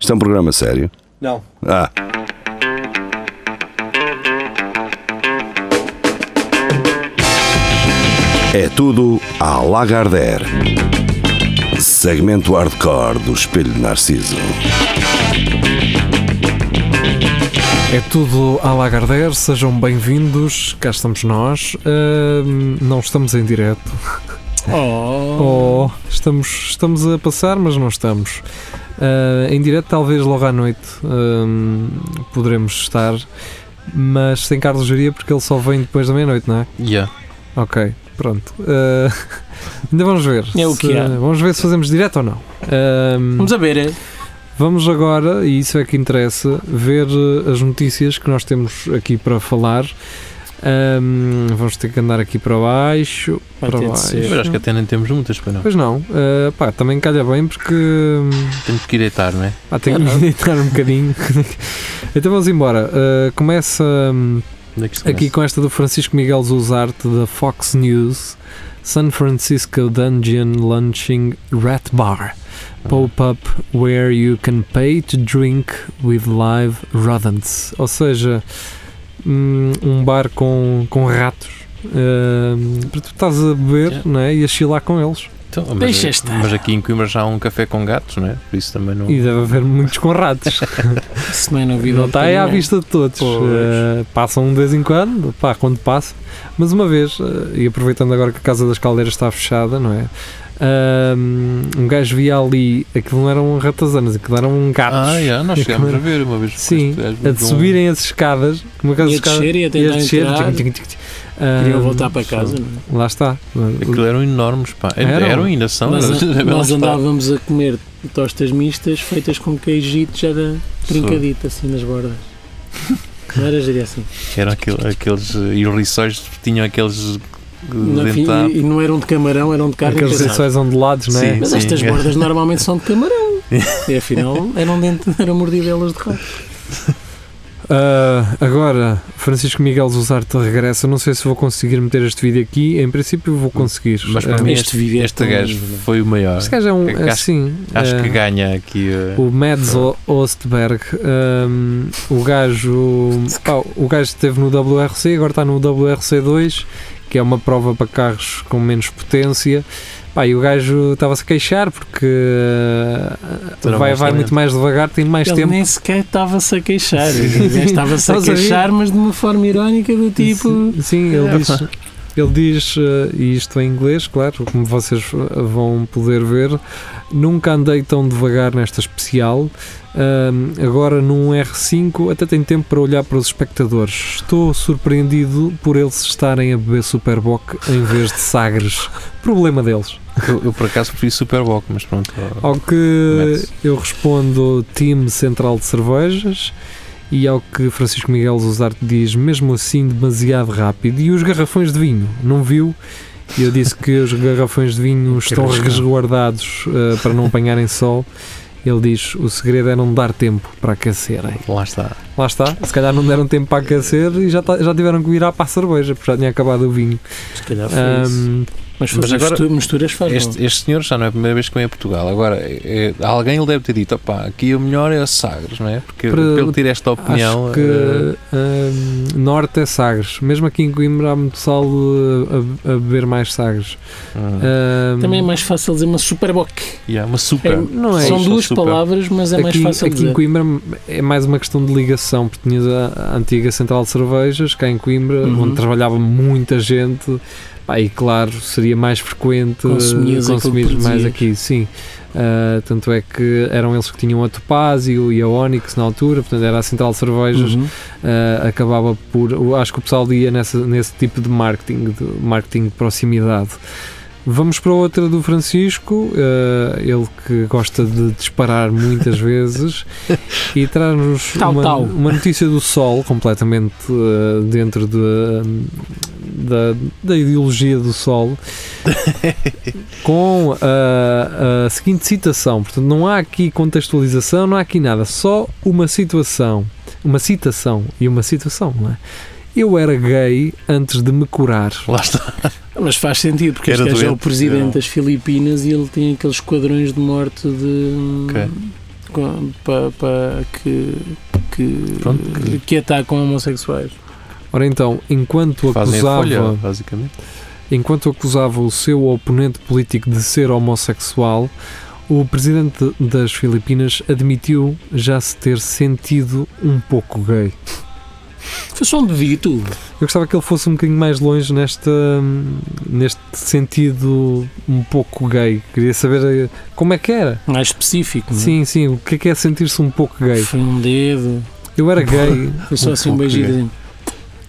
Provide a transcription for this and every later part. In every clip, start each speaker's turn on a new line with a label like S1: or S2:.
S1: Isto é um programa sério.
S2: Não.
S1: Ah, é tudo à Lagardère. Segmento hardcore do Espelho de Narciso.
S3: É tudo à Lagardère, sejam bem-vindos, cá estamos nós. Ahm, não estamos em direto. Oh, estamos, estamos a passar, mas não estamos. Ah, em direto, talvez logo à noite ahm, poderemos estar, mas sem Carlos Jaria, porque ele só vem depois da meia-noite, não é?
S4: Yeah.
S3: Ok, pronto. Ah, ainda vamos ver.
S4: É o que
S3: se-
S4: há.
S3: Vamos ver se fazemos direto ou não. Ahm,
S4: Vamos a ver, é?
S3: Vamos agora, e isso é que interessa, ver eh, as notícias que nós temos aqui para falar. Ahm, vamos ter que andar aqui para baixo.
S2: Vai
S3: para
S2: ter de
S3: baixo.
S2: ser.
S4: Eu acho que até nem temos muitas para não.
S3: Pois não, eh, pá, também calha bem porque hum,
S4: Temos que ir deitar, não é?
S3: pá, tenho que me deitar um bocadinho. então vamos embora. Eh, começa hum,
S4: Onde é que isto
S3: aqui
S4: começa?
S3: com esta do Francisco Miguel Zuzarte da Fox News: San Francisco Dungeon launching Rat Bar. pop-up where you can pay to drink with live rodents. Ou seja, hum, um bar com, com ratos. hum, para tu estás a beber
S4: Yeah.
S3: não é? e a chilar com eles.
S4: Então, mas,
S2: Deixa estar.
S4: Mas aqui em Coimbra já há um café com gatos, não é? Por isso também não.
S3: E deve haver muitos com ratos.
S2: Se não é novidade.
S3: Não está tá aí à vista de todos.
S4: um. Pois.
S3: Eh, passam de vez em quando, pá, quando passa. Mas uma vez, eh, e aproveitando agora que a Casa das Caldeiras está fechada, não é? Ah, um gajo via ali, aquilo não eram ratazanas, aquilo eram gatos.
S4: Ah, yeah, nós
S3: É
S4: chegámos
S3: que-
S4: a ver uma vez.
S3: Sim,
S4: Este gajo
S3: a de
S4: de um-
S3: subirem as escadas, uma casa
S2: E a
S3: escada,
S2: descer e a
S3: e a
S2: tentar entrar.
S3: tchic, tchic, tchic.
S2: Queriam
S3: Ah,
S2: voltar para casa. não é?
S3: Lá está.
S4: Aquilo é eram enormes, pá.
S3: Eram.
S4: Eram, ainda
S3: Então,
S4: são.
S2: Nós,
S4: eram-
S2: a- nós
S4: eram enormes, pá.
S2: andávamos a comer tostas mistas feitas com queijito já da trincadito, assim nas bordas. Não era gerir assim.
S4: Eram aquele- aqueles eh, irriçóis que tinham aqueles. eh,
S2: No fim,
S4: dentar-
S2: e e não eram de camarão, eram de carne
S3: Aqueles
S2: passada.
S3: lençóis ondulados, não é?
S4: Sim.
S2: Mas estas bordas normalmente são de camarão. E afinal eram, dentro, eram mordidelas de rato.
S3: Ah, agora, Francisco Miguel Zuzarte regressa. Não sei se vou conseguir meter este vídeo aqui. Em princípio, vou conseguir.
S4: Mas para
S3: Ah,
S4: mim
S2: este
S4: este,
S2: vídeo é
S4: este
S2: tão
S4: gajo
S2: lindo, não é?
S4: foi o maior.
S3: Este gajo é um.
S4: Acho que-
S3: assim,
S4: Acho
S3: ah,
S4: que ganha aqui. eh,
S3: O Mads O- Ostberg, hum, o gajo. pá, o gajo esteve no WRC, agora está no WRC2, que é uma prova para carros com menos potência. Pá, e o gajo estava-se a queixar porque ah,
S4: Terá
S3: vai,
S4: mais
S3: vai
S4: talento.
S3: muito mais devagar, tem mais
S2: Ele
S3: tempo.
S2: nem sequer estava-se a queixar. O gajo Estava-se a
S3: Estás a ver?
S2: queixar, mas de uma forma irónica do tipo.
S3: Sim, Sim, ele diz. Ele diz, eh, e isto em inglês, claro, como vocês eh, vão poder ver, nunca andei tão devagar nesta especial. Ahm, agora num R5 até tenho tempo para olhar para os espectadores. Estou surpreendido por eles estarem a beber Superboc em vez de Sagres. Problema deles.
S4: Eu, eu por acaso prefiro Superboc, mas pronto. ó,
S3: Ao que
S4: Mete-se.
S3: eu respondo Time Central de Cervejas e ao que Francisco Miguel Zuzarte diz, mesmo assim demasiado rápido. E os garrafões de vinho, não viu? E Eu disse que os garrafões de vinho estão
S4: rascar.
S3: resguardados eh, para não apanharem sol. Ele diz, o segredo é não dar tempo para aquecerem.
S2: Oh.
S4: lá está.
S3: Lá está, se calhar não deram tempo para aquecer e já, tá- já tiveram que virar para a cerveja, porque já tinha acabado o vinho.
S2: Se calhar foi isso.
S3: Ahm,
S2: Mas,
S4: mas
S2: fazer
S4: agora-
S2: mistu- misturas faz mal.
S4: Este, este senhor já não é a primeira vez que vem a Portugal. Agora, é- é- alguém lhe deve ter dito: opá, aqui o melhor é a Sagres, não é? Porque
S3: Para-
S4: pelo ter esta opinião.
S3: Acho que
S4: eh,
S3: hum, norte é Sagres. Mesmo aqui em Coimbra há muito pessoal uh, a, a beber mais Sagres.
S2: eh,
S4: hum,
S3: Hum,
S2: Também é mais fácil dizer uma superboc.
S4: e há uma
S2: É,
S4: super.
S3: não é
S2: são
S4: isso,
S2: duas
S4: super.
S2: palavras, mas é mais
S3: aqui,
S2: fácil
S3: aqui em
S2: dizer.
S3: Coimbra é mais uma questão de ligação, porque tinhas a, a antiga Central de Cervejas, cá em Coimbra,
S2: Uhum.
S3: onde trabalhava muita gente, Pá, e claro, seria mais frequente
S2: Consumias aquilo que
S3: consumir mais
S2: produzias.
S3: aqui, sim. Ah, tanto é que eram eles que tinham a Topázio e a Onyx na altura, portanto era a Central de Cervejas
S2: Uhum.
S3: Uh, acabava por. eu Acho que o pessoal ia nessa, nesse tipo de marketing, de marketing de proximidade. Vamos para outra do Francisco, uh, ele que gosta de disparar muitas vezes e traz-nos
S2: Tau,
S3: uma,
S2: tau.
S3: uma notícia do Sol, completamente uh, dentro de, um, da, da ideologia do Sol, com uh, a seguinte citação. Portanto, não há aqui contextualização, não há aqui nada, só uma situação uma citação e uma situação, não é? Eu era gay antes de me curar.
S4: Lá está.
S2: Mas faz sentido, porque
S4: Era
S2: este gajo é o
S4: doente.
S2: presidente
S4: Era.
S2: das Filipinas e ele tem aqueles quadrões de morte de.
S4: Ok.
S2: com- pa- pa- que, que,
S4: Pronto,
S2: que,
S4: que-
S2: atacam homossexuais.
S3: Ora então, enquanto
S4: Fazem a folha,
S3: acusava,
S4: basicamente.
S3: enquanto acusava o seu oponente político de ser homossexual, o presidente das Filipinas admitiu já se ter sentido um pouco gay.
S2: Foi só um bebito.
S3: Eu gostava que ele fosse um bocadinho mais longe nesta, hum, neste sentido um pouco gay. Queria saber eh, como é que era.
S2: Mais específico. não é?
S3: Sim, sim, o que é que é sentir-se um pouco gay?
S2: Foi um dedo.
S3: Eu era gay,
S2: Foi só
S4: Um
S2: assim um
S4: pouco,
S2: beijinho.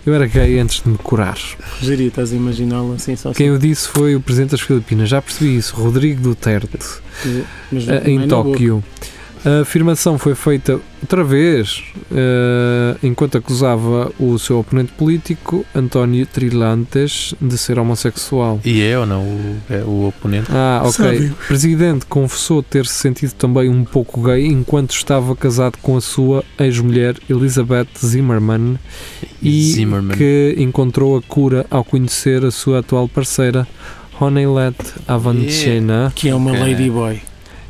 S3: eu era gay antes de me curar.
S2: Geria, estás a imaginá-lo assim, só assim.
S3: Quem eu disse foi o presidente das Filipinas, já percebi isso, Rodrigo Duterte,
S2: Mas
S3: eh,
S2: não é
S3: em
S2: na
S3: Tóquio. A afirmação foi feita outra vez eh, enquanto acusava o seu oponente político, António Trilantes, de ser homossexual.
S4: E é ou não o, é o oponente?
S3: Ah, ok.
S2: Sábio.
S3: O presidente confessou ter se sentido também um pouco gay enquanto estava casado com a sua ex-mulher Elizabeth Zimmerman e
S4: Zimmerman.
S3: que encontrou a cura ao conhecer a sua atual parceira Honeylet Avancena.
S2: Que é uma
S4: Ok.
S2: ladyboy.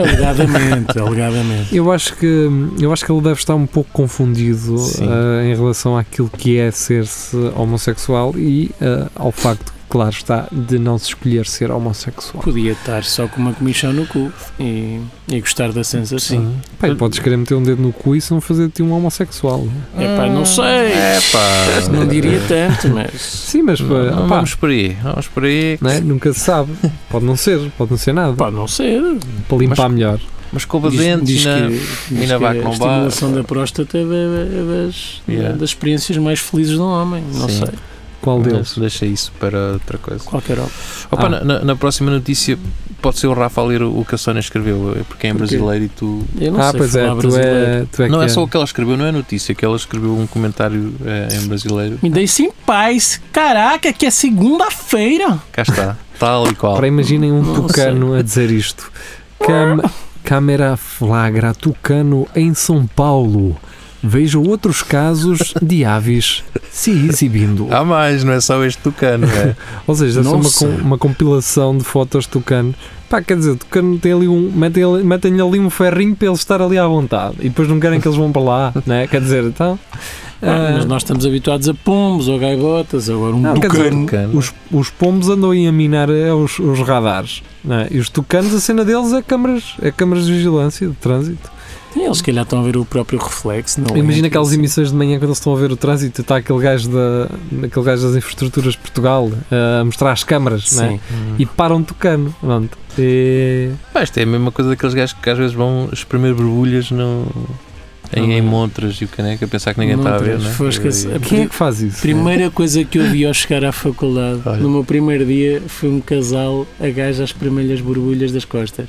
S2: Alegadamente, alegadamente.
S3: Eu acho que eu acho que ele deve estar um pouco confundido
S4: Sim.
S3: ah, em relação àquilo que é ser-se homossexual e ah, ao facto, claro está, de não se escolher ser homossexual.
S2: Podia estar só com uma comichão no cu e, e gostar da sensação.
S3: Ah, Pá, e podes querer meter um dedo no cu e isso não fazer-te um homossexual.
S2: É pá, não sei.
S4: É pá.
S2: Não diria tanto, mas.
S3: Sim, mas eh, pá,
S4: Não,
S3: pá,
S4: vamos por aí, vamos por aí.
S3: né? nunca se sabe. Pode não ser, pode não ser nada.
S2: Pá, não sei.
S3: para limpar melhor.
S4: Mas escova de dentes
S2: que,
S4: na.
S2: diz
S4: na
S2: que
S4: vaca
S2: a
S3: um
S4: não
S2: estimulação
S4: bate.
S2: da próstata é da- é das,
S4: Yeah.
S2: das experiências mais felizes de um homem. Não
S4: Sim.
S2: sei.
S3: Qual deles?
S4: Não, Deixa isso para outra coisa.
S2: Qualquer hora.
S4: Opa,
S3: Ah.
S4: na- na, na próxima notícia pode ser o Rafa a ler o, o que a Sónia escreveu, porque é em
S2: Por quê?
S4: brasileiro e tu.
S2: Eu não
S3: ah,
S2: sei
S3: pois é,
S2: falar
S3: tu
S2: brasileiro.
S3: é, tu é
S4: não
S3: que
S4: é só o que ela escreveu, não é notícia, que ela escreveu um comentário eh, em brasileiro.
S2: Me deixe em paz. Caraca, que é segunda-feira.
S4: Cá está, tal e qual.
S3: Para imaginem um
S2: Não
S3: tucano a dizer isto. Cam- câmera flagra tucano em São Paulo. Vejo outros casos de aves se exibindo.
S4: Há mais, não é só este tucano, é?
S3: Ou seja, deve ser uma,
S2: Nossa.
S3: com- uma compilação de fotos de tucano. Pá, quer dizer, o tucano tem ali um. Metem-lhe ali, metem-lhe ali um ferrinho para ele estar ali à vontade. E depois não querem que eles vão para lá, né? Quer dizer, então.
S2: Ah,
S3: ah,
S2: mas nós estamos habituados a pombos ou gaivotas. Agora um
S3: Não, quer dizer,
S2: tucano.
S4: Tucano.
S3: os, os pombos andam aí a minar eh, os, os radares. não é? E os tucanos, a cena deles é câmaras, é câmaras de vigilância de trânsito.
S2: Eles, se calhar, estão a ver o próprio reflexo. Não é?
S3: Imagina aquelas emissões de manhã quando eles estão a ver o trânsito e está aquele gajo, da, aquele gajo das infraestruturas de Portugal eh, a mostrar as câmaras não é?
S2: Sim.
S4: Hum.
S3: e param um tucano. Pronto. E-
S4: Pá, isto é a mesma coisa daqueles gajos que às vezes vão espremer borbulhas no, em,
S3: é.
S4: em montras e o caneca, pensar que ninguém está a ver,
S2: Montras,
S4: não é?
S2: fosca-
S4: E-
S3: Quem é que faz isso?
S2: Primeira coisa que eu vi ao chegar à faculdade,
S4: Olha.
S2: no meu primeiro dia, foi um casal a gajo às primeiras borbulhas das costas.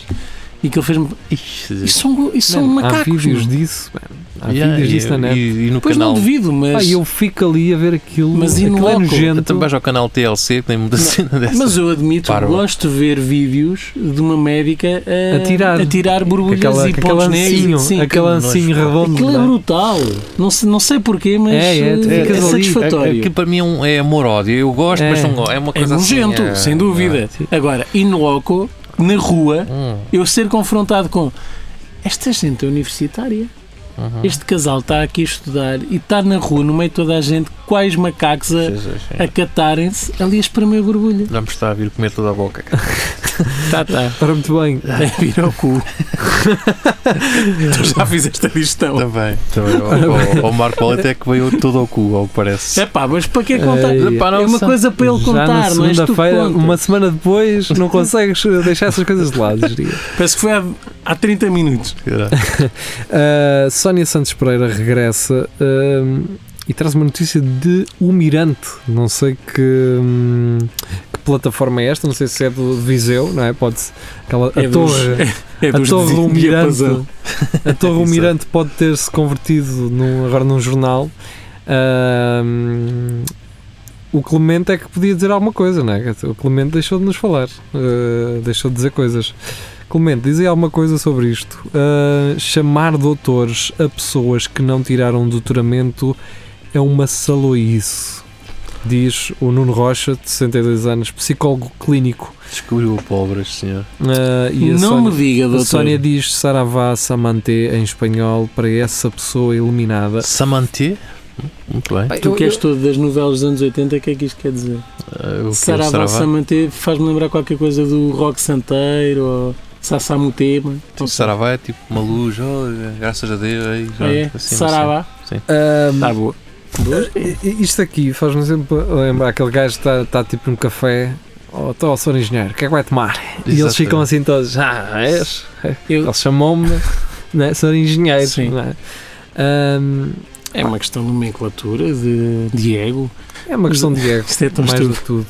S2: E que ele fez-me.
S4: Eh,
S2: Isso são, isso são
S3: Mano, há
S2: macacos.
S3: vídeos
S2: meu."
S3: disso. mano. Há
S4: Yeah,
S3: vídeos
S4: e-
S3: disso na net.
S4: E, e no
S2: Pois não
S4: canal.
S2: duvido,
S3: Pá,
S2: mas.
S3: e eu fico ali a ver aquilo.
S2: Mas e no
S3: aquilo é
S2: local?
S3: nojento.
S4: Também Então vais ao canal TLC, que tem muita
S2: Não,
S4: cena dessa.
S2: Mas eu admito,
S4: Parva.
S2: gosto de ver vídeos de uma médica a,
S3: A tirar.
S2: tirar borbulhas
S3: Aquela,
S2: e
S3: aquele
S2: pontos
S3: ancinho,
S2: negros. Sim,
S3: aquele
S4: nojo.
S3: ancinho redondo.
S2: aquilo é
S3: não é?
S2: brutal. Não, sei- não sei porquê, mas
S3: É, é, tu
S2: eh,
S3: ficas
S2: é
S3: ali.
S2: satisfatório.
S4: Aquilo para mim é, um- é amor-ódio. Eu gosto,
S3: É.
S4: mas não gosto. É uma
S2: É
S4: coisa assim,
S2: nojento,
S4: é-
S2: sem dúvida. Agora, in loco, na rua,
S4: Hum,
S2: eu ser confrontado com esta gente é universitária.
S4: uhum.
S2: Este casal está aqui a estudar e está na rua, no meio de toda a gente, quais macacos a,
S4: Jesus, é.
S2: a catarem-se ali a espremer borbulha.
S4: Já me está a vir comer toda a boca. cara.
S2: Tá, tá.
S3: Ora, muito bem.
S2: É vir ao cu. tu já fizeste a digestão.
S4: Também. também. O, o- o Marco Paulo até que veio todo ao cu, ao que parece.
S2: É pá, mas para que contar?
S3: Ei,
S4: Pá,
S2: É
S4: não
S2: uma
S4: sei.
S2: coisa para ele
S3: Já na
S2: contar, não é? Isto tu
S3: segunda-feira,
S2: conta.
S3: uma semana depois, não consegues eh, deixar essas coisas de lado. diria.
S2: Parece que foi há, há 30 minutos.
S3: Ah, Sónia Santos Pereira regressa ahm, e traz uma notícia de O Mirante. Não sei que, hum, que plataforma é esta, não sei se é do Viseu, não é? Pode-se. Aquela,
S2: É
S3: a
S2: dos-
S3: torre.
S2: É
S3: a
S2: dos
S3: Torre
S2: de-
S3: do
S2: de apazão.
S3: Mirante, a Torre
S4: Exato.
S3: Então, Mirante pode ter-se convertido num- agora num jornal. Ahm, o Clemente é que podia dizer alguma coisa, não é? Quer dizer, O Clemente deixou de nos falar, ah, deixou de dizer coisas. Clemente, diz aí alguma coisa sobre isto. Ah, chamar doutores a pessoas que não tiraram doutoramento é uma saloice, diz o Nuno Rocha, de 62 anos, psicólogo clínico
S4: Descobriu pobres, senhor.
S3: Ah, e a
S2: não
S3: Sónia-
S2: me diga,
S3: a
S2: doutor.
S3: Sónia diz Saravá Samanté em espanhol para essa pessoa eliminada.
S4: Samanté? Hum, Muito bem.
S2: Tu que és todo das novelas dos anos 80, o que é que isto quer dizer?
S4: Ah, o que é o
S2: Saravá
S4: Saravá?
S2: Samantê faz-me lembrar qualquer coisa do Rock Santeiro ou Sassamutema.
S4: Tipo, Saravá é tipo uma luz, oh, graças a Deus. Aí, já,
S2: É,
S4: assim,
S2: Saravá.
S3: Ahm,
S2: Tá boa. Boas?
S3: I- Isto aqui faz-me sempre lembrar aquele gajo que está tá, tipo num café. Oh, tô, sou um engenheiro, o que é que vai tomar? E eles
S4: Exatamente.
S3: ficam assim todos, ah, és?
S2: Eu-
S3: Ele chamou-me, né? sou engenheiro.
S2: Sim.
S3: Não é? Ahm,
S2: é uma questão de nomenclatura, de Diego.
S3: é uma questão de ego,
S2: Isto é tão
S3: mais
S2: estúpido.
S3: do que tudo.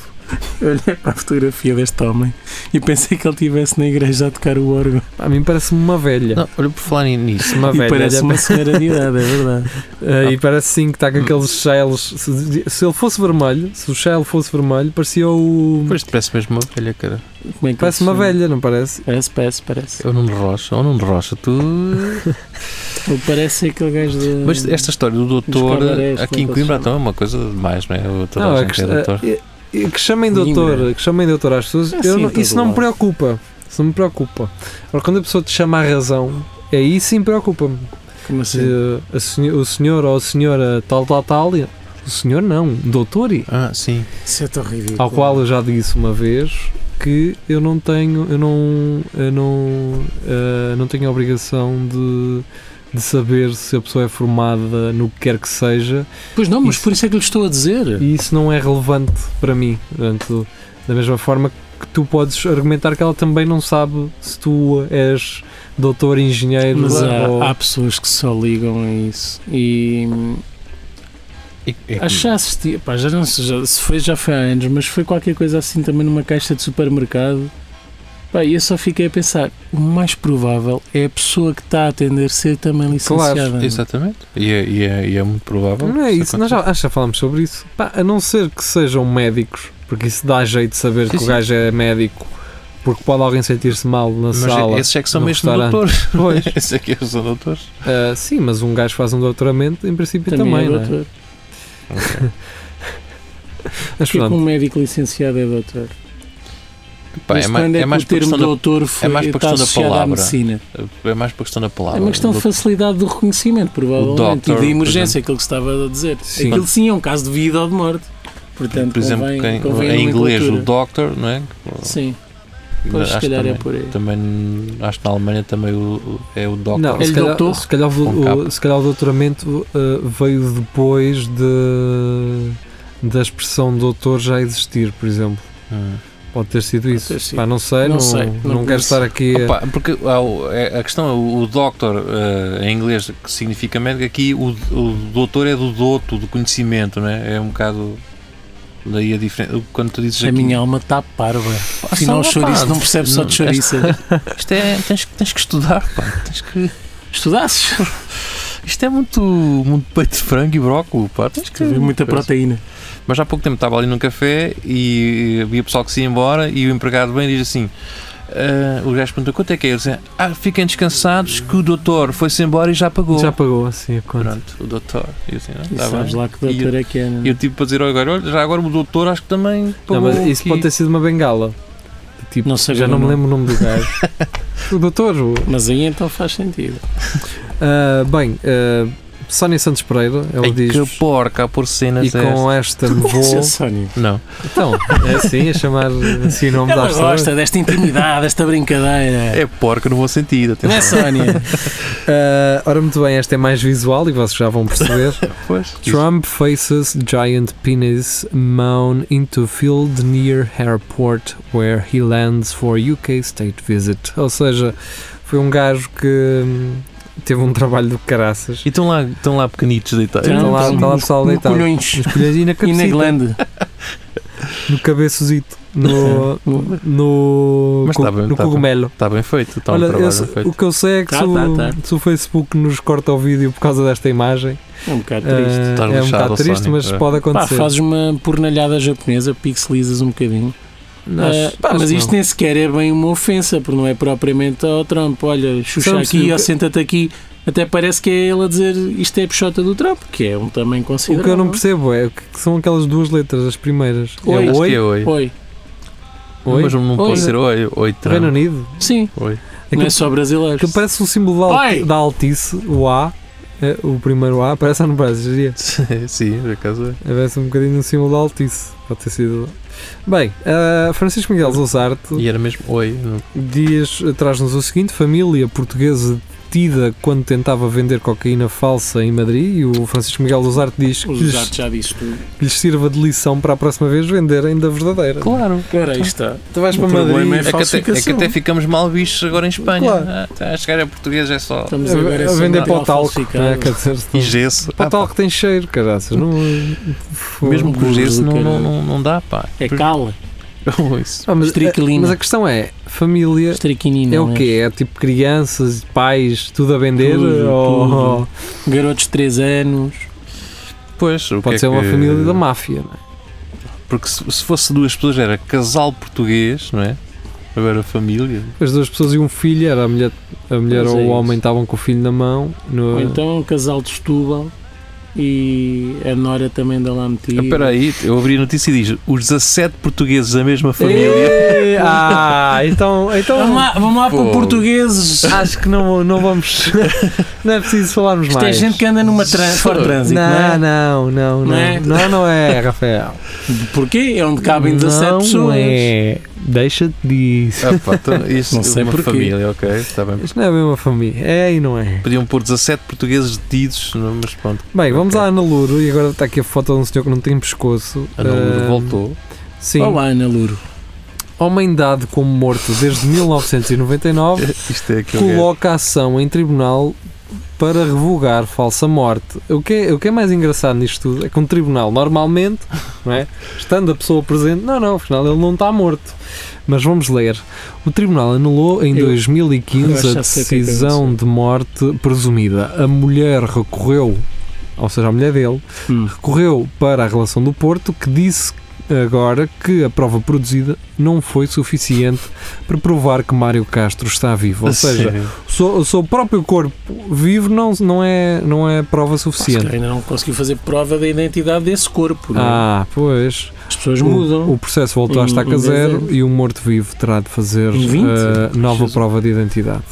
S2: Eu olhei para a fotografia deste homem e pensei que ele estivesse na igreja a tocar o órgão.
S3: A mim parece-me uma velha.
S4: Não, olha, por falar nisso,
S3: Uma
S2: e
S3: velha.
S2: parece
S3: olha,
S2: uma senhora de idade, é verdade.
S3: Ah, E parece sim que está com aqueles cheilos. Se, se ele fosse vermelho, se o chelo fosse vermelho, parecia o.
S4: pois parece mesmo uma velha, cara.
S2: Como é que
S3: Parece
S2: ele se
S3: uma
S2: chama?
S3: velha, não parece?
S2: Parece, parece, parece.
S4: É o Nuno Rocha, ou Nuno Rocha, tu.
S2: Ele parece aquele gajo de.
S4: Mas esta história do doutor
S2: cabarés,
S4: aqui em
S2: como é que eles
S4: Coimbra
S2: chamam?
S4: também é uma coisa demais, não é? Toda
S3: Não,
S4: a
S3: é
S4: gente
S3: que-
S4: é doutor.
S3: é- é que chamem
S2: Coimbra.
S3: doutor, que chamem doutor às pessoas,
S2: É
S3: eu
S2: assim,
S3: não-
S2: todo
S3: isso não me
S2: lado.
S3: preocupa. Isso não me preocupa. Agora, quando a pessoa te chama à razão, é aí sim preocupa-me.
S2: Como
S3: Se,
S2: assim?
S3: uh, a senho- O senhor ou a senhora tal, tal, tal. e- O senhor não, doutor. e-
S4: Ah, sim.
S2: Isso é tão ridículo.
S3: Ao qual eu já disse uma vez que eu não tenho, eu não, eu não, ah, não tenho a obrigação de, de saber se a pessoa é formada no que quer que seja
S2: Pois não, mas
S3: Isso.
S2: por isso é que lhe estou a dizer.
S3: e isso não é relevante para mim. Portanto, da mesma forma que tu podes argumentar que ela também não sabe se tu és doutor, engenheiro
S2: Mas ah,
S3: ou...
S2: há, há pessoas que só ligam a isso. E
S4: E- é que-
S2: acho que já assisti, pá, já não sei, já, se foi, já foi há anos, mas foi qualquer coisa assim também numa caixa de supermercado. Pá, e eu só fiquei a pensar, o mais provável é a pessoa que está a atender ser também licenciada. não é?
S4: Exatamente. E é, e é- e é muito provável.
S3: Não é
S4: que
S3: isso, nós já,
S4: aconteça.
S3: acho que já falámos sobre isso. Pá, a não ser que sejam médicos, porque isso dá jeito de saber
S4: Sim,
S3: que
S4: sim.
S3: o gajo é médico, porque pode alguém sentir-se mal na
S4: Mas
S3: sala.
S4: esses é que são
S3: no
S4: mesmo
S3: restaurante.
S4: doutores.
S3: Pois.
S4: Esses é que são doutores.
S3: Ah, sim, mas um gajo faz um doutoramento, em princípio
S2: Também,
S3: também,
S2: é
S3: não é?
S2: doutor.
S3: Mas
S2: Porquê que
S3: pronto,
S2: um médico licenciado é doutor?
S4: Pá, é,
S2: Desde
S4: ma-
S2: quando é,
S4: é
S2: que
S4: mais
S2: o
S4: por
S2: termo
S4: questão da, é
S2: doutor foi,
S4: mais por
S2: está
S4: questão da
S2: associado à
S4: palavra.
S2: medicina?
S4: é mais por questão da palavra.
S2: é uma questão de
S4: Doutor-
S2: facilidade do reconhecimento, provavelmente.
S4: doctor,
S2: e de
S4: por
S2: emergência, é aquilo que se estava a dizer.
S3: Sim.
S2: Aquilo sim é um caso de vida ou de morte. Portanto,
S4: por exemplo,
S2: convém,
S4: quem-
S2: convém
S4: em inglês o
S2: nomenclatura.
S4: doctor, não é?
S2: Sim, pois se
S4: Acho
S2: calhar
S4: também,
S2: é por aí.
S4: também acho que na Alemanha também o, o- é o doctor.
S3: não,
S2: Ele
S3: se, calhar,
S2: doutor?
S3: se, calhar o-
S4: Com capa.
S3: o, se calhar o doutoramento ah, veio depois de, da expressão doutor já existir, por exemplo.
S2: é-
S4: Hum.
S3: Pode ter sido isso.
S2: ter sido.
S3: Pá, não sei,
S2: Não
S3: não,
S2: sei, não
S3: não quero
S2: conheço.
S3: estar aqui. a-
S4: Opa, porque há o- é- a questão é o, o doctor eh, em inglês que significa médico, aqui o, o doutor é do doto, do conhecimento, não é? É um bocado daí a diferença. Quando tu dizes
S2: A
S4: aqui,
S2: minha alma está parva. Afinal, o
S4: Ah, só,
S2: chouriço
S4: pá,
S2: não percebe só de
S4: não,
S2: chouriço.
S4: isto é, tens, tens que estudar, pá, tens que,
S2: Estudasses?
S4: isto é muito, muito peito de frango e brócolis, pá, tens que Tá
S2: Tive muita proteína.
S4: Mas há pouco tempo estava ali num café e havia pessoal que se ia embora e o empregado vem e diz assim. ah, o gajo pergunta quanto é que é? Eles dizem, ah, fiquem descansados que o doutor foi-se embora e já pagou.
S3: Já pagou assim a conta.
S4: Pronto, o doutor. E eu assim, não,
S2: E
S4: tá
S2: sabes
S4: bem.
S2: lá que doutor é que é, não é?
S4: E eu tipo para dizer ao gajo, olha, já agora o doutor acho que também
S3: Não,
S4: pagou
S3: mas isso
S4: aqui.
S3: pode ter sido uma bengala. Tipo,
S2: Não sei
S3: já
S2: agora
S3: não me
S2: não.
S3: lembro o nome do gajo. o doutor. o-
S2: Mas aí então faz sentido.
S3: Ah, bem, ah, Sónia Santos Pereira, ela
S4: Ei,
S3: diz.
S4: que é porca a por cenas
S3: E com esta me
S2: Isso
S3: vou.
S2: é Sónia.
S4: Não.
S3: Então, é assim, a chamar assim o nome da
S2: Ela
S3: história.
S2: gosta desta intimidade, desta brincadeira.
S4: É porca no bom sentido. atenção.
S2: Não é, Sónia?
S3: Ah, ora, muito bem, esta é mais visual e vocês já vão perceber.
S4: Pois.
S3: Trump faces giant penis mound into field near airport where he lands for UK state visit. Ou seja, foi um gajo que hum, teve um trabalho do caraças.
S4: E estão lá, estão tá lá pequenitos deitados.
S3: Estão lá- estão lá pessoal
S2: No
S3: deitado.
S2: Então, um Colhões.
S3: Mas colhas aí na
S2: E na
S3: cabecita,
S2: glande.
S3: no cabeçozito, no,
S2: É
S3: no,
S4: É. Mas
S3: co-
S4: tá bem,
S3: no
S4: tá bem.
S3: cogumelo.
S4: Está bem feito. Está um
S3: Olha, eu
S4: trabalho bem
S3: se-
S4: feito.
S3: o que eu sei é que
S2: Tá,
S3: se, o,
S2: tá,
S3: se o Facebook nos corta o vídeo por causa desta imagem,
S2: É um bocado triste.
S3: eh,
S4: Estás
S3: é um
S4: lixado,
S3: bocado triste,
S4: Sónico,
S3: mas
S4: é.
S3: pode
S2: Pá,
S3: acontecer.
S2: fazes uma pornalhada japonesa, pixelizas um bocadinho.
S3: Acho-
S2: Ah, pá,
S3: acho
S2: mas
S3: que
S2: isto
S3: não.
S2: nem sequer é bem uma ofensa, porque não é propriamente ao Trump. Olha, xuxa
S3: Sabe-se o
S2: aqui
S3: que-
S2: ou senta-te aqui. Até parece que é ele a dizer isto é a puxota do Trump, que é um também
S3: O que eu
S2: considerável.
S3: não percebo é o que que são aquelas duas letras, as primeiras.
S2: Oi.
S3: É
S4: Acho
S3: o
S4: que
S3: oi
S4: é oi.
S2: Oi.
S3: Oi?
S4: Mas não pode
S3: Oi.
S4: ser oi, oi,
S3: Reino
S4: Trump.
S3: Unido.
S2: Sim, não
S4: Oi.
S2: é
S3: Aquilo
S2: só brasileiros.
S3: que parece o símbolo da,
S2: Oi!
S3: al- da altice, o A, eh, o primeiro A, parece ou não parece, diria?
S4: Sim, por acaso é.
S3: Parece um bocadinho o símbolo da altice, pode ter sido. Bem, eh, Francisco Miguel Zouzarte
S4: E era mesmo oi. não-
S3: Dias traz-nos o seguinte: família portuguesa detida quando tentava vender cocaína falsa em Madrid. E o Francisco Miguel Luzarte diz que
S2: O
S3: lhes,
S2: Luzardo já disse tudo.
S3: que lhes sirva de lição para a próxima vez venderem da verdadeira.
S4: Claro.
S2: Ora, aí está.
S3: Tu vais
S2: O
S3: para
S2: problema
S3: Madrid.
S2: é
S4: É que, até, é que
S2: Falsificação.
S4: até ficamos mal bichos agora em Espanha.
S3: Claro.
S4: Ah, tá, a chegar a português é só.
S2: Estamos agora
S3: A, a
S2: esse
S3: vender para
S2: material
S3: o talco.
S2: falsificado.
S3: né, quer dizer,
S4: E
S3: para
S4: gesso.
S3: o
S4: Ah, pá,
S3: talco tem cheiro, caraças. Não,
S4: mesmo com
S2: burros
S4: gesso
S2: do
S4: não, não,
S2: caralho.
S4: não, não dá, pá.
S2: É cala,
S4: Isso.
S3: Ah, mas,
S2: Estriquilina.
S3: mas a questão é: família
S2: estriquinina. né?
S3: é o quê? É tipo crianças, pais, tudo a vender?
S2: Tudo,
S3: ou
S2: tudo. Garotos de 3 anos.
S4: Pois, o que
S3: pode
S4: é
S3: ser uma
S4: que-
S3: família da máfia? Não é?
S4: Porque se, se fosse duas pessoas era casal português, não é? Agora família.
S3: As duas pessoas e um filho, era a mulher, a mulher
S2: Pois
S3: ou
S2: é
S3: o
S2: isso.
S3: homem estavam com o filho na mão. no-
S2: Ou então um casal de Setúbal e a Nora também da lá metida.
S4: Ah, Espera aí, eu abri a notícia e diz os 17 portugueses da mesma
S3: É.
S4: família.
S3: Ei, ah, então,
S2: Vamos
S3: então
S2: lá, vamos lá para
S4: Fogo.
S2: portugueses.
S3: acho que não, não vamos. Não é preciso falarmos
S2: Isto é
S3: mais.
S2: gente que anda numa tran fora de trânsito, não,
S3: não,
S2: é?
S3: não, não, não,
S2: Não é?
S3: não, não, é, Rafael.
S2: Porquê? É onde cabem 17
S3: não
S2: pessoas.
S3: É. Deixa-te disso.
S4: Ah, pá, então, isso
S2: Não sei
S4: uma
S2: porquê.
S4: família, ok, está bem.
S3: Isto não é a mesma família. É e não é.
S4: Podiam pôr 17 portugueses detidos, não- mas pronto,
S3: Bem, vamos
S4: Ok.
S3: à Ana Louro e agora está aqui a foto de um senhor que não tem pescoço.
S4: a Naludo
S3: Ah,
S4: voltou.
S3: Sim.
S2: Olá, Ana Luro.
S3: Homem dado como morto desde 1999
S4: Isto é aquele gajo.
S3: coloca ação em tribunal para revogar falsa morte. O que, é, o que é mais engraçado nisto tudo é que um tribunal, normalmente, não é? estando a pessoa presente, não, não, afinal ele não está morto. Mas vamos ler. O tribunal anulou em
S2: Eu- eu
S3: 2015
S2: acho
S3: a
S2: que já sei o que é que
S3: decisão de morte presumida. A mulher recorreu, ou seja, a mulher dele,
S2: Hum.
S3: recorreu para a relação do Porto, que disse agora que a prova produzida não foi suficiente para provar que Mário Castro está vivo. Ou
S4: A
S3: seja,
S4: sério.
S3: o seu, o seu próprio corpo vivo não, não, é, não é prova
S2: Se calhar
S3: suficiente.
S2: ainda não conseguiu fazer prova da identidade desse corpo. não é?
S3: Ah, pois.
S2: As pessoas
S3: O,
S2: mudam.
S3: o processo voltou a
S2: Em-
S3: estaca
S2: em
S3: zero
S2: dezembro.
S3: e o morto-vivo terá de fazer
S2: Em 20?
S3: eh, nova
S2: Jesus.
S3: prova de identidade.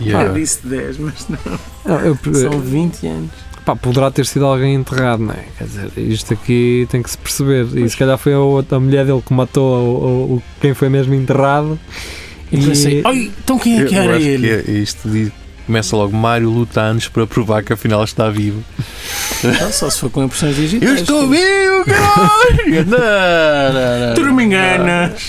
S4: Yeah.
S2: disse 10, mas não.
S3: Não, Ah, eu- eh,
S2: São 20 anos.
S3: pá, poderá ter sido alguém enterrado, não é? Quer dizer, isto aqui tem que se perceber. E se calhar foi a, outra, a mulher dele que matou o- o- o- quem foi mesmo enterrado.
S2: E pensei, ai, então quem é que
S4: Eu
S2: era
S4: acho que
S2: ele?
S4: é isto diz- começa logo Mário luta anos para provar que afinal está vivo.
S2: Ah, só se for com impressões digitais.
S4: Eu estou vivo, caralho! Não, não, não.
S2: Tu não me enganas.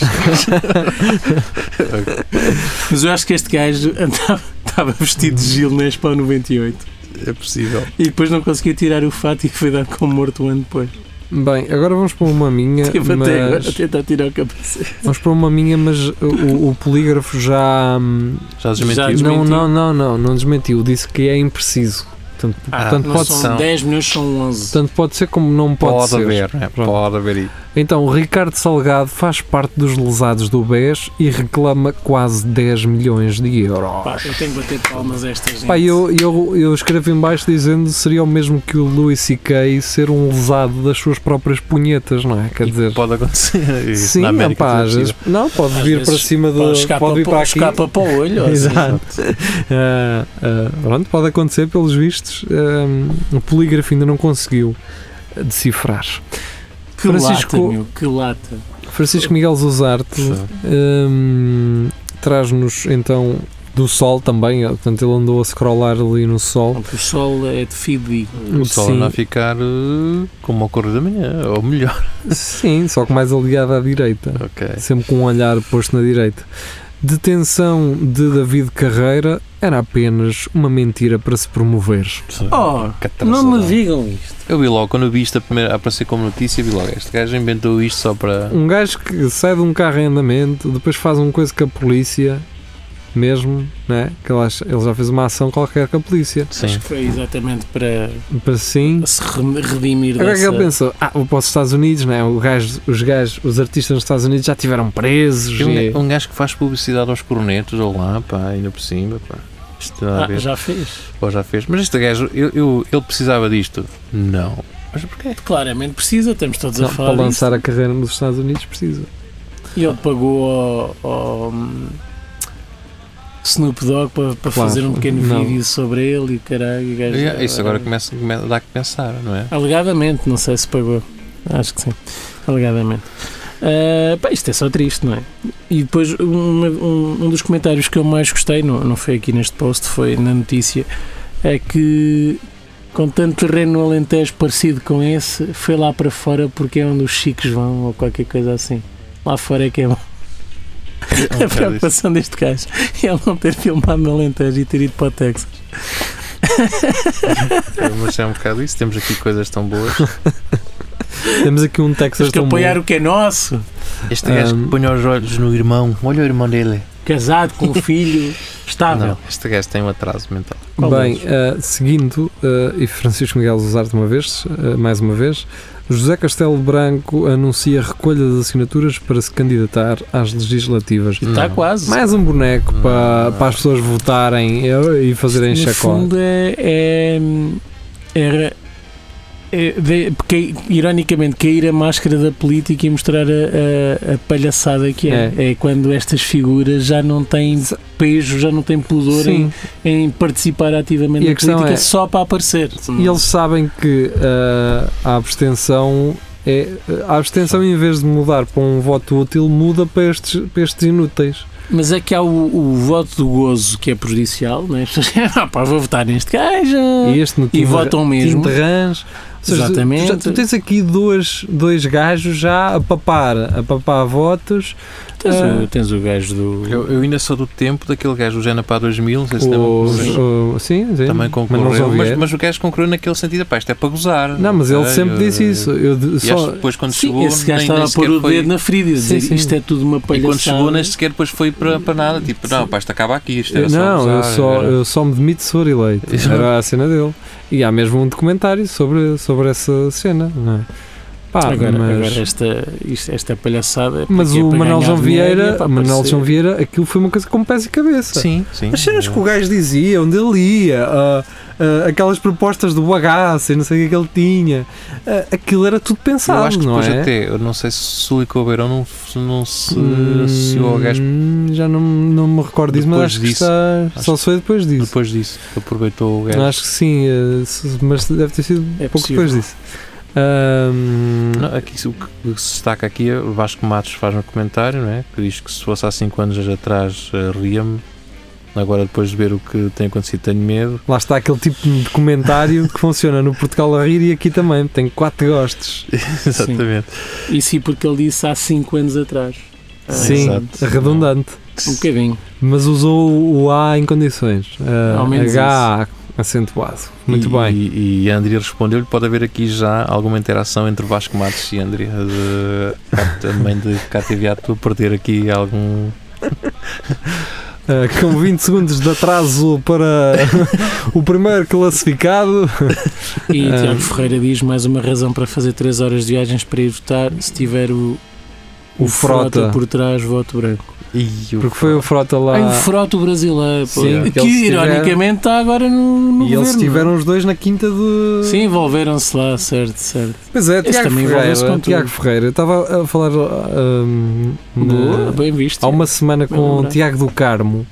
S2: Mas eu acho que este gajo andava- estava vestido de Gil Nés para o 98
S4: É possível.
S2: e depois não conseguiu tirar o fato e foi dar como morto um ano depois.
S3: Bem, agora vamos para uma minha.
S2: Teve até agora a
S3: É, mas-
S2: tentar tirar o capacete.
S3: Vamos para uma minha, mas o, o polígrafo já. hum,
S2: Já
S4: Já desmentiu.
S2: desmentiu.
S3: Não, não, não, não, não desmentiu. Disse que é impreciso. Portanto,
S4: Ah,
S3: portanto,
S2: Não
S3: pode,
S2: são
S4: são.
S2: 10 milhões, são 11.
S3: portanto, pode ser como não pode, ser.
S4: haver, não é?
S3: Pronto.
S4: pode haver aí.
S3: Então, o Ricardo Salgado faz parte dos lesados do BES e reclama quase 10 milhões de euros.
S2: Pá, eu tenho que bater palmas a esta gente.
S3: Pá, eu, eu, eu escrevo em baixo dizendo seria o mesmo que o Louis C.K. ser um lesado das suas próprias punhetas, não é? Quer dizer,
S4: Pode acontecer. Isso,
S3: sim,
S4: na América
S3: pá,
S4: tudo é
S3: às vezes-
S4: possível.
S3: não, pode
S2: Às
S3: vir
S2: vezes
S3: para cima do.
S2: Pode, escapar
S3: eh, Pode vir
S2: para,
S3: para aqui.
S2: escapa para o olho. ou assim.
S3: Exato. Ah, ah, pronto, pode acontecer pelos vistos. ah, o polígrafo ainda não conseguiu decifrar.
S2: Que
S3: Francisco-
S2: lata, meu, que lata.
S3: Francisco Miguel Zuzarte ah, traz-nos então do sol também. ah, Portanto, ele andou a scrollar ali no sol.
S2: O sol é de fidedigno.
S4: O sol
S3: Sim.
S4: anda a ficar eh, como ao correr da manhã, ou melhor.
S3: Sim, só que mais aliado à direita.
S4: Ok.
S3: Sempre com um olhar posto na direita. Detenção de David Carreira era apenas uma mentira para se promover.
S2: Oh,
S4: Que
S2: não
S4: atrasadão.
S2: me digam isto.
S4: Eu vi logo, quando eu vi isto a primeira, a aparecer como notícia, vi logo, este gajo inventou isto só para...
S3: Um gajo que sai de um carro em andamento, depois faz uma coisa com a polícia, mesmo, né? Que ele, acha- ele já fez uma ação qualquer com a polícia.
S2: Acho
S4: Sim.
S2: que foi exatamente para
S3: Para sim.
S2: se re- redimir
S3: Agora que
S2: dessa...
S3: ele pensou, ah, vou para os Estados Unidos, né? O gajo, os gajos, os artistas nos Estados Unidos já tiveram presos. e-
S4: Um, um gajo que faz publicidade aos coronetos, ou lá, pá, ainda por cima, pá. Isto tem nada a
S2: Ah,
S4: ver.
S2: já fez.
S4: Ou já fez. Mas este gajo, eu, eu- ele precisava disto? Não. Mas porquê?
S2: Claramente precisa, estamos todos
S3: Não,
S2: a
S3: para
S2: falar disso.
S3: lançar a carreira nos Estados Unidos precisa.
S2: E ele pagou ao, ao hum, Snoop Dogg para, para
S3: Claro,
S2: fazer um pequeno
S3: não.
S2: vídeo sobre ele e o caralho. e o gajo-
S4: É, Isso agora começa, começa, dá que pensar, não é?
S2: Alegadamente, não sei se pagou. Acho que sim. Alegadamente. Ah, pá, isto é só triste, não é? E depois, uma- um, um dos comentários que eu mais gostei, não, não foi aqui neste post, foi na notícia, é que com tanto terreno no Alentejo parecido com esse, foi lá para fora porque é onde os chiques vão ou qualquer coisa assim. Lá fora é que é bom.
S3: É um
S4: É um
S2: A preocupação deste gajo é ele não ter filmado no Alentejo e ter ido para o Texas.
S4: Mas é um bocado isso. Temos aqui coisas tão boas.
S3: Temos aqui um Texas
S2: Tens que
S3: tão bom.
S2: apoiar o que é nosso.
S4: Este gajo que
S3: Ahm.
S4: põe os olhos no irmão. Olha o irmão dele.
S2: Casado com um filho
S3: Ah,
S2: estável.
S4: Não, este gajo tem um atraso mental.
S2: Qual
S3: Bem,
S2: deles?
S3: eh, seguindo, eh, e Francisco Miguel Zuzarte uma vez, eh, mais uma vez, José Castelo Branco anuncia a recolha das assinaturas para se candidatar às legislativas.
S4: Não.
S2: Está Tá quase.
S3: Mais um boneco
S4: Não.
S3: para, para as pessoas votarem eh, e fazerem
S2: no
S3: chacota.
S2: fundo é, é, era é, de- porque, ironicamente cair a máscara da política e mostrar a, a- a palhaçada que é. é quando estas figuras já não têm pejo, já não têm pudor em,
S3: Sim,
S2: em participar ativamente
S3: E a
S2: da
S3: questão
S2: política
S3: é-
S2: só para aparecer
S3: e eles sabem que eh, a abstenção é. A abstenção, em vez de mudar para um voto útil, muda para estes, para estes inúteis.
S2: mas é que há o, o voto do gozo que é prejudicial né? As pessoas dizem, ah pá, vou votar neste gajo
S3: E este no
S2: e,
S3: Tim
S2: votam mesmo
S3: Tim de Rãs. Ou seja, tu-
S2: Exatamente.
S3: Tu, já- tu tens aqui dois, dois gajos já a papar, a papar votos.
S2: tens,
S3: Ah.
S2: o, tens o gajo do
S4: Eu, eu ainda sou do tempo daquele gajo, o Jana Pá 2000, não sei se
S3: Os-
S4: lembra.
S3: o- sim, sim.
S4: Também
S3: mas não
S4: concorreu,
S3: resolvi.
S4: mas, mas o gajo concorreu naquele sentido, pá, isto é para gozar.
S3: Não, mas ele
S4: Ai,
S3: sempre
S4: eu-
S3: disse isso. Eu de-
S4: E acho
S3: só,
S4: que depois quando
S2: Sim,
S4: chegou,
S2: esse gajo
S4: nem, nem
S2: estava a pôr
S4: sequer
S2: o
S4: foi,
S2: dedo na ferida e dizer
S3: Sim, sim.
S2: isto é tudo uma
S4: E
S2: palhaçada.
S4: quando chegou, nem sequer depois foi para, para nada. Tipo, não, pá, isto acaba aqui, isto
S3: não,
S4: era só
S3: eu,
S4: gozar,
S3: só,
S4: era-
S3: eu só me demito se for eleito.
S4: Isso.
S3: Era a cena dele. E há mesmo um documentário sobre, sobre essa cena. Não é? Pá,
S2: agora,
S3: mas,
S2: agora esta, isto- esta palhaçada. é
S3: mas
S2: porque é
S3: o
S2: para
S3: Manuel
S2: ganhar
S3: João
S2: dinheiro e é
S3: Vieira,
S2: para
S3: Manuel
S2: aparecer.
S3: João Vieira, aquilo foi uma coisa com pés e cabeça.
S4: Sim, sim.
S3: As cenas que o gajo dizia, onde ele ia, ah, ah, aquelas propostas do bagaço e não sei o que é que ele tinha, ah, aquilo era tudo
S4: Eu
S3: pensado,
S4: acho que
S3: não
S4: depois
S3: é?
S4: até, eu não sei se Sully Cobeirão não, f- não se
S3: Hum,
S4: associou ao gajo
S3: Já não, não me recordo disso, mas
S4: Depois
S3: acho que
S4: disso.
S3: está, só
S4: Acho-
S3: se foi depois disso.
S4: depois disso, que aproveitou o gajo.
S3: Acho que sim, eh, se- mas deve ter sido
S2: É
S3: pouco
S2: possível.
S3: depois disso. Ahm,
S4: Não, aqui, se- o que o que se destaca aqui é o Vasco Matos faz um comentário, não é? Que diz que se fosse há 5 anos atrás eh, ria-me. Agora, depois de ver o que tem acontecido, tenho medo.
S3: Lá está aquele tipo de documentário que funciona no Portugal a rir e aqui também. Tem quatro gostos.
S4: Exatamente.
S2: E sim, porque ele disse há 5 anos atrás. Ah,
S3: Sim,
S4: exato.
S3: arredondante.
S2: Um bocadinho.
S3: Mas usou o A em condições. Ah,
S2: Ao menos
S3: H acentuado. Muito
S4: E-
S3: bem.
S4: E, e a Andrea respondeu-lhe: pode haver aqui já alguma interação entre Vasco Matos e Andrea, de, a mãe de Cativiato, a perder aqui algum.
S3: Ah, com 20 segundos de atraso para o primeiro classificado.
S2: E
S3: Ah.
S2: Tiago Ferreira diz mais uma razão para fazer 3 horas de viagens para ir votar. Se tiver o,
S3: O Frota.
S2: por trás, voto branco.
S4: Ih, o
S3: Porque foi o Frota lá.
S2: Ai, o Frota brasileiro. pô.
S3: Sim, que
S2: que
S3: eles tiveram-
S2: ironicamente está agora no, no
S3: E
S2: governo.
S3: eles
S2: é?
S3: tiveram os dois na quinta de.
S2: Sim, envolveram-se lá, certo, certo.
S3: Pois é,
S2: Esse
S3: Tiago
S2: também envolveu-se
S3: Ferreira,
S2: com tudo.
S3: Tiago Ferreira. Eu estava a falar hum, na-
S2: Boa, bem visto.
S3: há um- uma semana
S2: Bem
S3: com o
S2: lembrado.
S3: Tiago do Carmo,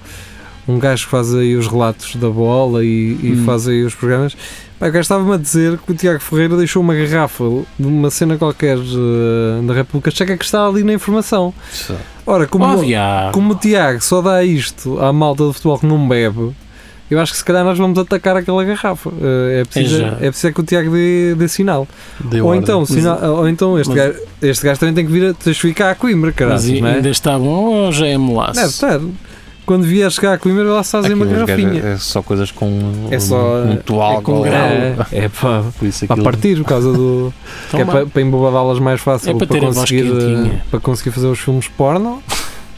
S3: um gajo que faz aí os relatos da bola e, e
S2: Hum.
S3: faz aí os programas. Pá, o gajo estava-me a dizer que o Tiago Ferreira deixou uma garrafa de uma cena qualquer eh, da República Checa que está ali na informação.
S4: Só.
S3: Ora, como,
S2: Oh, diabo.
S3: como o Tiago só dá isto à malta de futebol que não bebe. Eu acho que se calhar nós vamos atacar aquela garrafa. Eh, É preciso,
S2: já.
S3: é preciso é que o Tiago dê- dê sinal.
S4: Deu
S3: Ou
S4: ordem.
S3: então, sinal- ou então este,
S2: mas-
S3: gajo, este gajo também tem que vir a testificar a Coimbra, caralho.
S2: Mas
S3: Não é?
S2: ainda está bom ou já é molaço?
S3: Deve estar. Quando vier chegar a Coimbra, lá se fazem
S4: Aqui
S3: uma
S4: uns gajos
S3: garrafinha.
S4: É só coisas com.
S3: É só,
S4: Um, um
S3: é
S4: toalgo
S2: com
S4: ou-
S2: grau.
S3: É, é para,
S4: Por isso
S3: para
S4: aquilo-
S3: partir, por causa do.
S2: Então
S3: que é
S2: vá.
S3: para, para embobadá-las mais fácil,
S2: É para ter a voz
S3: conseguir,
S2: quentinha.
S3: eh, para conseguir fazer os filmes porno.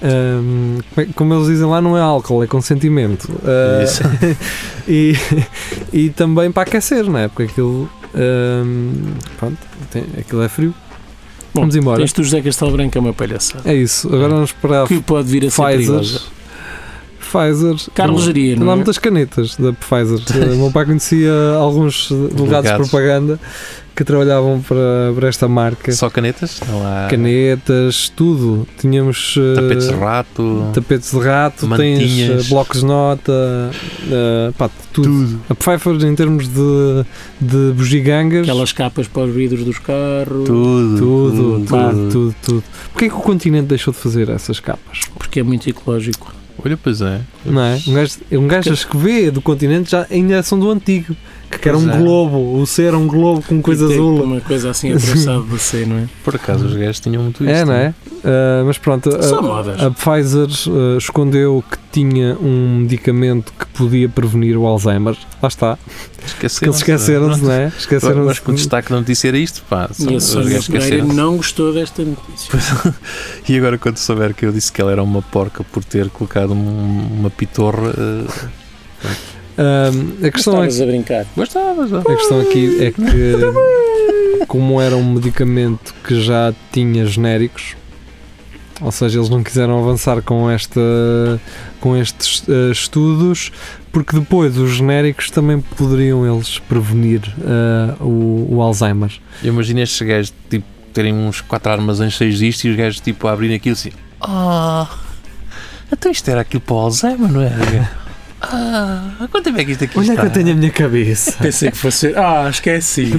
S3: Ahm, como é- como eles dizem lá, não é álcool, é consentimento. Ah,
S4: Isso.
S3: e, e também para aquecer, não é? Porque aquilo. ahm, pronto, tem- aquilo é frio.
S2: Bom,
S3: Vamos embora.
S2: Este do José Castelo Branco é uma palhaçada.
S3: É isso. Agora vamos para a
S2: Que pode vir a ser
S3: Pfizer.
S2: perigosa.
S3: Pfizer.
S2: Carlos Geria,
S3: Não há
S2: não é?
S3: Eh, muitas canetas da Pfizer. O meu pai conhecia alguns delegados de
S4: Delegados.
S3: propaganda que trabalhavam para, para esta marca.
S4: Só canetas? Não há
S3: Canetas, tudo. Tínhamos eh,
S4: tapetes de rato.
S3: tapetes de rato,
S4: Mantinhas.
S3: tens eh, blocos de nota, eh, pá, tudo.
S4: Tudo.
S3: A Pfeiffer, em termos de, de bugigangas,
S2: Aquelas capas para os vidros dos carros.
S4: Tudo.
S3: tudo, tudo,
S2: pá.
S3: tudo, tudo, Porquê é que o continente deixou de fazer essas capas?
S2: Porque é muito ecológico.
S4: Olha, pois é.
S3: Não é? Um gajo, um gajo acho que vê do continente já ainda são do antigo. Que era
S4: Pois
S3: um
S4: é.
S3: globo, o ser era um globo com coisa
S2: E tem
S3: azul.
S2: Uma coisa assim atravessada de você, não é?
S4: Por acaso os gajos tinham muito isso.
S3: É, não é?
S4: também.
S3: Ah, mas pronto,
S2: Só
S3: a,
S2: modas.
S3: a Pfizer ah, escondeu que tinha um medicamento que podia prevenir o Alzheimer. Lá está. Que eles
S4: Esqueceram-se.
S3: esqueceram-se, não é?
S4: Mas
S3: Esqueceram-se.
S4: com destaque da notícia era isto, pá. Só-
S2: E a
S4: os
S2: Sónia
S4: gajos
S2: Pereira
S4: esqueceram-se.
S2: não gostou desta notícia.
S4: E agora, quando souber que eu disse que ela era uma porca por ter colocado um- uma pitorra, eh,
S3: Ah, a, questão é,
S2: Estavas a brincar.
S4: gostava já.
S3: a questão aqui é que, como era um medicamento que já tinha genéricos, ou seja, eles não quiseram avançar com, esta, com estes ah, estudos, porque depois os genéricos também poderiam eles prevenir ah, o- o Alzheimer.
S4: Eu imagino estes gajos tipo, terem uns quatro armazéns cheios disto e os gajos tipo, a abrirem aquilo assim. Ah, então isto era aquilo para o Alzheimer, não era? Ah, há quanto tempo é que isto aqui
S3: Onde é
S4: está?
S3: que eu tenho a minha cabeça?
S2: Pensei que fosse. Ah, esqueci.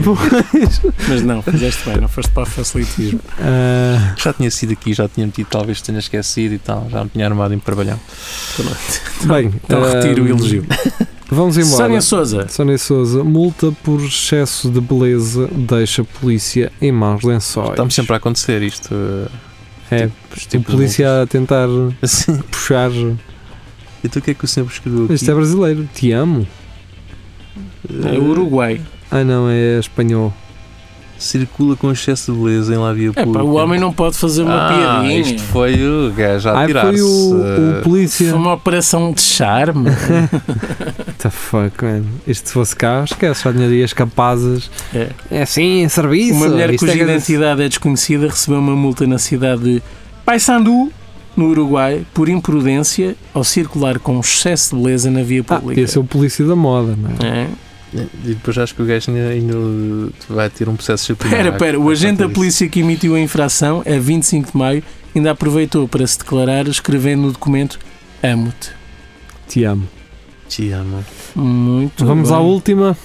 S2: Mas não, fizeste bem, não foste para facilitismo.
S3: Ah,
S4: Já tinha sido aqui, já tinha metido, talvez tenha esquecido e tal, já me tinha armado em trabalhão.
S2: Pronto.
S3: bem,
S2: Então
S3: ah,
S2: retiro o elogio.
S3: Vamos embora.
S2: Sónia Souza.
S3: Sónia Sousa, multa por excesso de beleza deixa a polícia em maus lençóis.
S4: Está-me sempre a acontecer isto.
S3: É,
S4: tipo,
S3: Tem polícia a tentar
S4: Assim,
S3: puxar.
S4: então o que é que o senhor escreveu aqui?
S2: tipo.
S3: Isto é brasileiro. Te amo.
S2: É Uruguai.
S3: Ah, não, é espanhol. é-
S4: Circula com excesso de beleza em lá via
S2: É
S4: pública.
S2: pá, o homem não pode fazer uma
S4: ah,
S2: piadinha.
S4: Isto foi o gajo a
S3: Ah, foi
S4: tirar-se. eh,
S3: o, o polícia.
S2: Foi uma operação de charme.
S3: What the fuck, man. Isto se fosse cá, esquece, já tinha dias capazes.
S2: É.
S3: É assim, é serviço.
S2: uma mulher
S3: Isto
S2: cuja
S3: é que-
S2: identidade é desconhecida recebeu uma multa na cidade de Paysandu, no Uruguai, por imprudência ao circular com excesso de beleza na via
S3: Ah,
S2: pública.
S3: esse é o polícia da moda, não é?
S2: É.
S4: E depois acho que o gajo ainda, ainda vai ter um processo disciplinar.
S2: Pera, pera, o
S4: à
S2: agente da
S4: conta disso.
S2: polícia que emitiu a infração, é a 25 de maio, ainda aproveitou para se declarar, escrevendo no documento Amo-te.
S3: Te amo.
S4: Te amo.
S2: Muito
S3: Vamos
S2: bem.
S3: à última.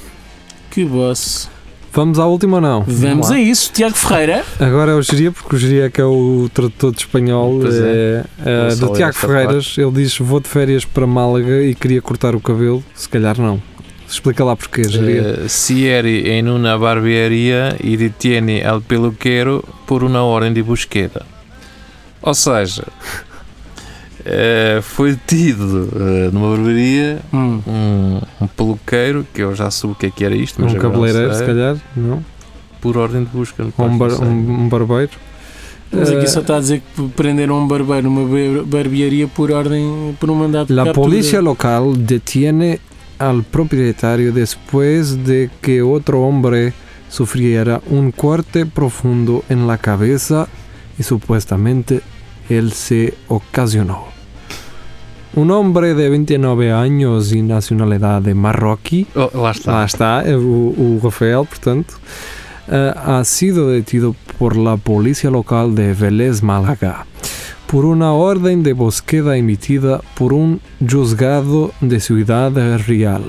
S2: Que boss.
S3: Vamos à última ou não?
S2: Vamos
S4: lá.
S2: a isso, Tiago Ferreira.
S3: Agora é o Geria, porque o Geria que é o tradutor de espanhol
S4: Pois
S3: é, é,
S4: Eu só
S3: do
S4: leio
S3: Tiago
S4: esta
S3: Ferreiras. Ele diz: Vou de férias para Málaga e queria cortar o cabelo. Se calhar não. Explica lá porquê, Geria.
S4: Eh, Sieri em una barbearia e detiene al peluquero por uma ordem de busqueta. Ou seja, eh, foi detido eh, numa barbearia
S2: Hum.
S4: um, um peluqueiro, que eu já soube o que é que era isto, mas
S3: um
S4: agora não
S3: cabeleireiro, se
S4: sei,
S3: calhar, não?
S4: por ordem de busca. no
S3: Ou um,
S4: parque,
S3: bar-
S4: não sei.
S3: um- um barbeiro.
S2: Mas
S3: Eh,
S2: aqui só está a dizer que prenderam um barbeiro numa bar- barbearia por ordem, por um mandato de
S3: La
S2: captura.
S3: policía local detiene al propietario después de que otro hombre sufriera un corte profundo en la cabeza y supuestamente él se ocasionó. Un hombre de 29 años y nacionalidad de marroquí
S4: Oh, lá
S3: Lá
S4: está.
S3: está, é o, o Rafael, portanto, ah, ha sido detido por la policía local de Vélez, Málaga, por una orden de búsqueda emitida por un juzgado de Ciudad Real,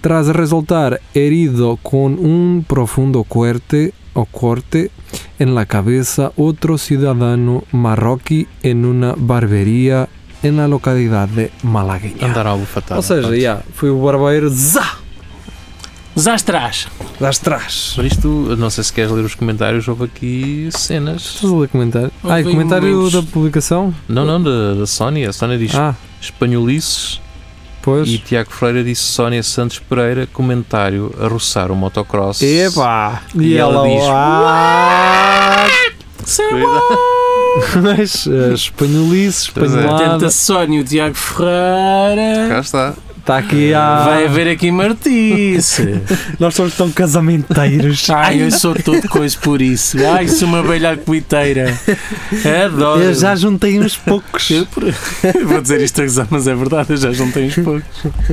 S3: tras resultar herido con un profundo corte o corte en la cabeza otro ciudadano marroquí en una barbería en la localidad de Malagueña.
S4: Andaram a bufatar.
S3: Ou seja, já, foi o barbeiro, zá,
S2: Zastrás.
S3: lá atrás.
S4: Por isto, eu não sei se queres ler os comentários, houve aqui cenas.
S3: Estás a ler comentário?
S2: Houve
S3: Ah, e
S2: aí
S3: comentário
S2: momentos-
S3: da publicação?
S4: Não, não, da, da Sónia. A Sónia diz
S3: Ah,
S4: espanholices
S3: pois.
S4: e Tiago Freire disse Sónia Santos Pereira, comentário a roçar o motocross.
S3: Epá! E,
S4: E
S3: ela
S4: ela diz,
S3: diz.
S2: Sim.
S4: Cuidado.
S3: Mas eh, espanholice,
S4: Pois é.
S3: espanholada.
S2: Tenta Sónia, o Tiago Ferreira.
S4: Cá está.
S5: Está
S3: Tá Eh,
S5: aqui a.
S2: Vai haver aqui martice.
S5: Nós somos tão casamenteiros.
S2: Ai, eu sou todo coisa por isso. Ai, sou uma abelha coiteira. Adoro.
S5: Eu já juntei uns poucos.
S2: Eu por- eu vou dizer isto a gozar, mas é verdade, eu já juntei uns poucos. Ah.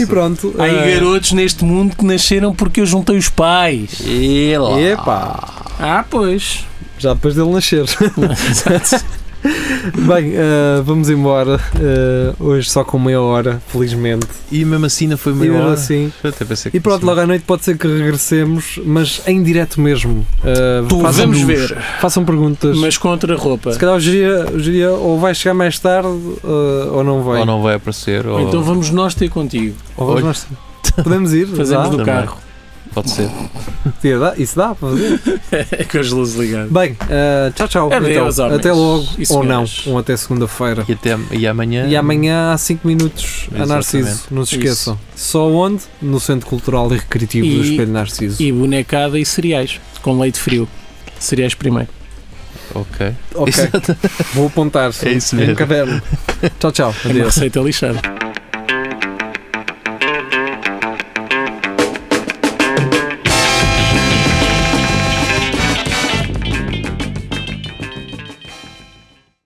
S3: E pronto.
S2: Há aí
S3: eh,
S2: garotos neste mundo que nasceram porque eu juntei os pais.
S5: Epá!
S2: Ah, pois.
S3: Já depois dele nascer. Bem, eh, vamos embora. Eh, hoje só com meia hora, felizmente.
S4: E mesmo assim não foi
S3: E
S4: meia
S3: mesmo
S4: hora.
S3: assim.
S4: Eu até pensei que
S3: E pronto,
S4: fosse
S3: logo à noite pode ser que regressemos, mas em direto mesmo. Eh,
S2: Tu vamos
S3: façam-nos-
S2: ver,
S3: Façam perguntas.
S2: mas contra a roupa.
S3: Se calhar o Jiria, o Jiria ou vai chegar mais tarde eh, ou não vai.
S4: Ou não vai aparecer. Ou...
S2: Ou então vamos nós ter contigo.
S3: Ou vamos
S4: Hoje-
S3: nós- Podemos ir?
S2: Fazemos
S3: dá?
S2: do
S4: Também.
S2: carro.
S4: Pode ser.
S3: Sim, dá? Isso dá para fazer.
S2: É com as luzes ligadas.
S3: Bem, eh, tchau, tchau.
S2: Adeus,
S3: Então,
S2: homens.
S3: até logo.
S2: Isso
S3: ou não.
S2: mesmo.
S3: Ou até segunda-feira.
S4: E, até, e amanhã.
S3: E amanhã há 5 minutos a
S4: Exatamente.
S3: Narciso, não se esqueçam. Só onde? No Centro Cultural e Recreativo do
S2: E-
S3: Espelho Narciso.
S2: E bonecada e cereais, com leite frio. Cereais primeiro.
S4: Ok.
S3: Ok, vou apontar
S4: É isso
S3: em
S4: mesmo. É
S3: caderno. Tchau, tchau.
S2: É uma
S3: Adeus.
S2: receita lixada.